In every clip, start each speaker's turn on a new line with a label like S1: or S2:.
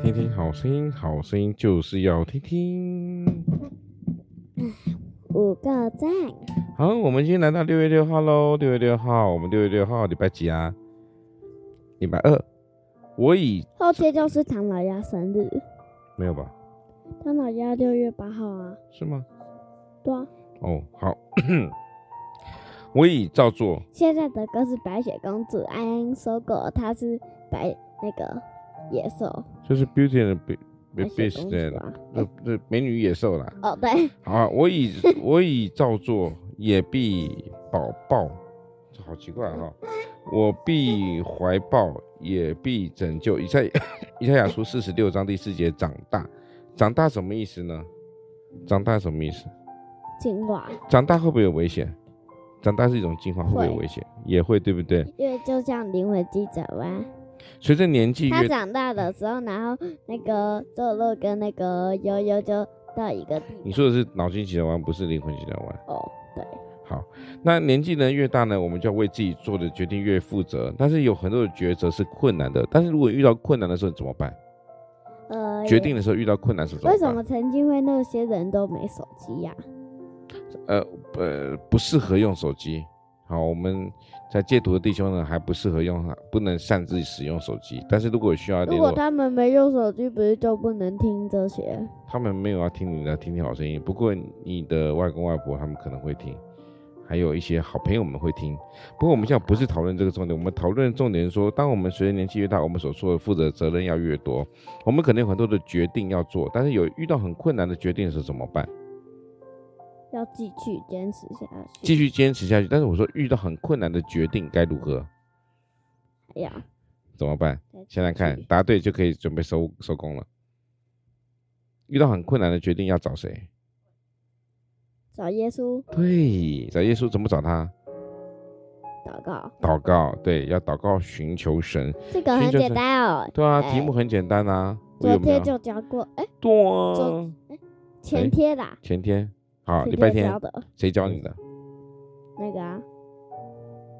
S1: 听听好声音，好声音就是要听听。
S2: 五个赞，
S1: 好，我们今天来到六月六号喽。六月六号，我们六月六号礼拜几啊？礼拜二。我以
S2: 后天就是唐老鸭生日，
S1: 没有吧？
S2: 唐老鸭六月八号啊，
S1: 是吗？
S2: 对啊。
S1: 哦，好。 我以照做，
S2: 现在的歌是白雪公主，安安搜狗，她是白那个野兽，
S1: 就是 Beauty and the
S2: 白
S1: Be-
S2: 雪
S1: Beast
S2: 公
S1: 的
S2: 主啊。
S1: 那那美女野兽啦。
S2: 哦，对，
S1: 好啊，我以我以照做，也必宝抱，这好奇怪哈、我必怀抱，也必拯救。以赛 以赛亚书四十六章第四节，长大，长大什么意思呢？长大什么意思？
S2: 青蛙，
S1: 长大会不会有危险？长大是一种进化，会不会有
S2: 会
S1: 危险？也会，对不对？
S2: 因为就像灵魂记者湾，
S1: 随着年纪
S2: 他
S1: 越
S2: 长大的时候，然后那个周乐跟那个悠悠就到一个地方。
S1: 你说的是脑筋急转弯，不是灵魂急转弯。
S2: 哦，对，
S1: 好，那年纪呢越大呢，我们就要为自己做的决定越负责。但是有很多的抉择是困难的，但是如果遇到困难的时候你怎么办？
S2: 呃，
S1: 决定的时候遇到困难是怎么办？
S2: 为什么曾经会那些人都没手机呀、
S1: 呃呃不适合用手机？好，我们在戒毒的弟兄呢还不适合用，不能擅自使用手机。但是如果有需要
S2: 如
S1: 联
S2: 果
S1: 络，
S2: 他们没用手机，不是就不能听这些？
S1: 他们没有要听你的，听听好声音。不过你的外公外婆他们可能会听，还有一些好朋友们会听。不过我们现在不是讨论这个重点，我们讨论的重点是说，当我们随着年纪越大，我们所做的负责责任要越多，我们可能有很多的决定要做，但是有遇到很困难的决定的时候怎么办？
S2: 要继续坚持下去。
S1: 继续坚持下去。但是我说遇到很困难的决定该如何
S2: 哎呀，
S1: 怎么办？
S2: 再继
S1: 想想看
S2: 续，
S1: 答对就可以准备收收工了。遇到很困难的决定要找谁？
S2: 找耶稣
S1: 对，找耶稣怎么找他？
S2: 祷告，
S1: 祷告，对，要祷告寻求神。
S2: 这个
S1: 寻
S2: 很
S1: 求
S2: 简
S1: 神
S2: 单哦。
S1: 对啊，
S2: 哎
S1: 题目很简单啊，我
S2: 昨
S1: 有没
S2: 天
S1: 有？
S2: 就教过，哎、
S1: 对
S2: 昨
S1: 啊，哎
S2: 前天啦，
S1: 前天，好，
S2: 前
S1: 礼拜天
S2: 教，的
S1: 谁教你的？
S2: 那个啊，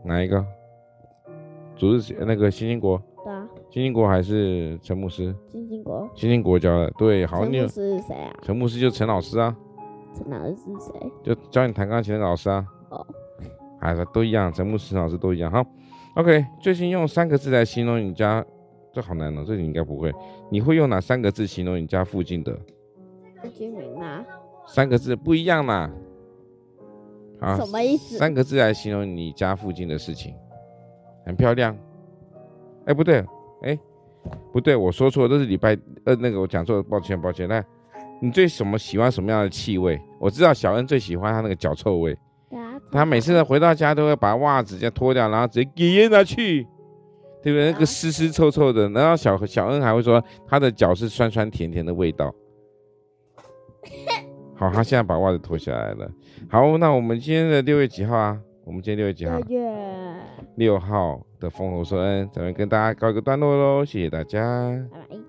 S1: 哪一个？主日呃那个星星国，
S2: 对啊，
S1: 星星国还是陈牧师？
S2: 金金国，
S1: 星星国教的，对，好，
S2: 陈
S1: 你
S2: 牧
S1: 有
S2: 师是谁啊？
S1: 陈牧师就陈老师啊，
S2: 陈老师是谁？
S1: 就教你弹钢琴的老师啊。
S2: 哦，
S1: 还是都一样，陈牧师、陈老师都一样哈。OK，最近用三个字来形容你家，这好难哦，这你应该不会。你会用哪三个字形容你家附近的？
S2: 居民吗？
S1: 三个字不一样啦。啊，
S2: 什么意思
S1: 三个字来形容你家附近的事情，很漂亮。哎，不对，哎，不对，我说错了，这是礼拜呃那个我讲错了，抱歉抱歉。来，你最什么喜欢什么样的气味？我知道小恩最喜欢他那个脚臭味，
S2: 对啊，
S1: 他每次回到家都会把袜子这样脱掉，然后直接给烟拿去，对不对？那个湿湿臭臭的，然后小小恩还会说他的脚是酸酸甜甜的味道。好，他现在把袜子脱下来了。好，那我们今天的六月几号啊？我们今天六月几号
S2: 六？月，
S1: 六号的封侯说恩，咱们跟大家告一个段落喽，谢谢大家。
S2: 拜拜。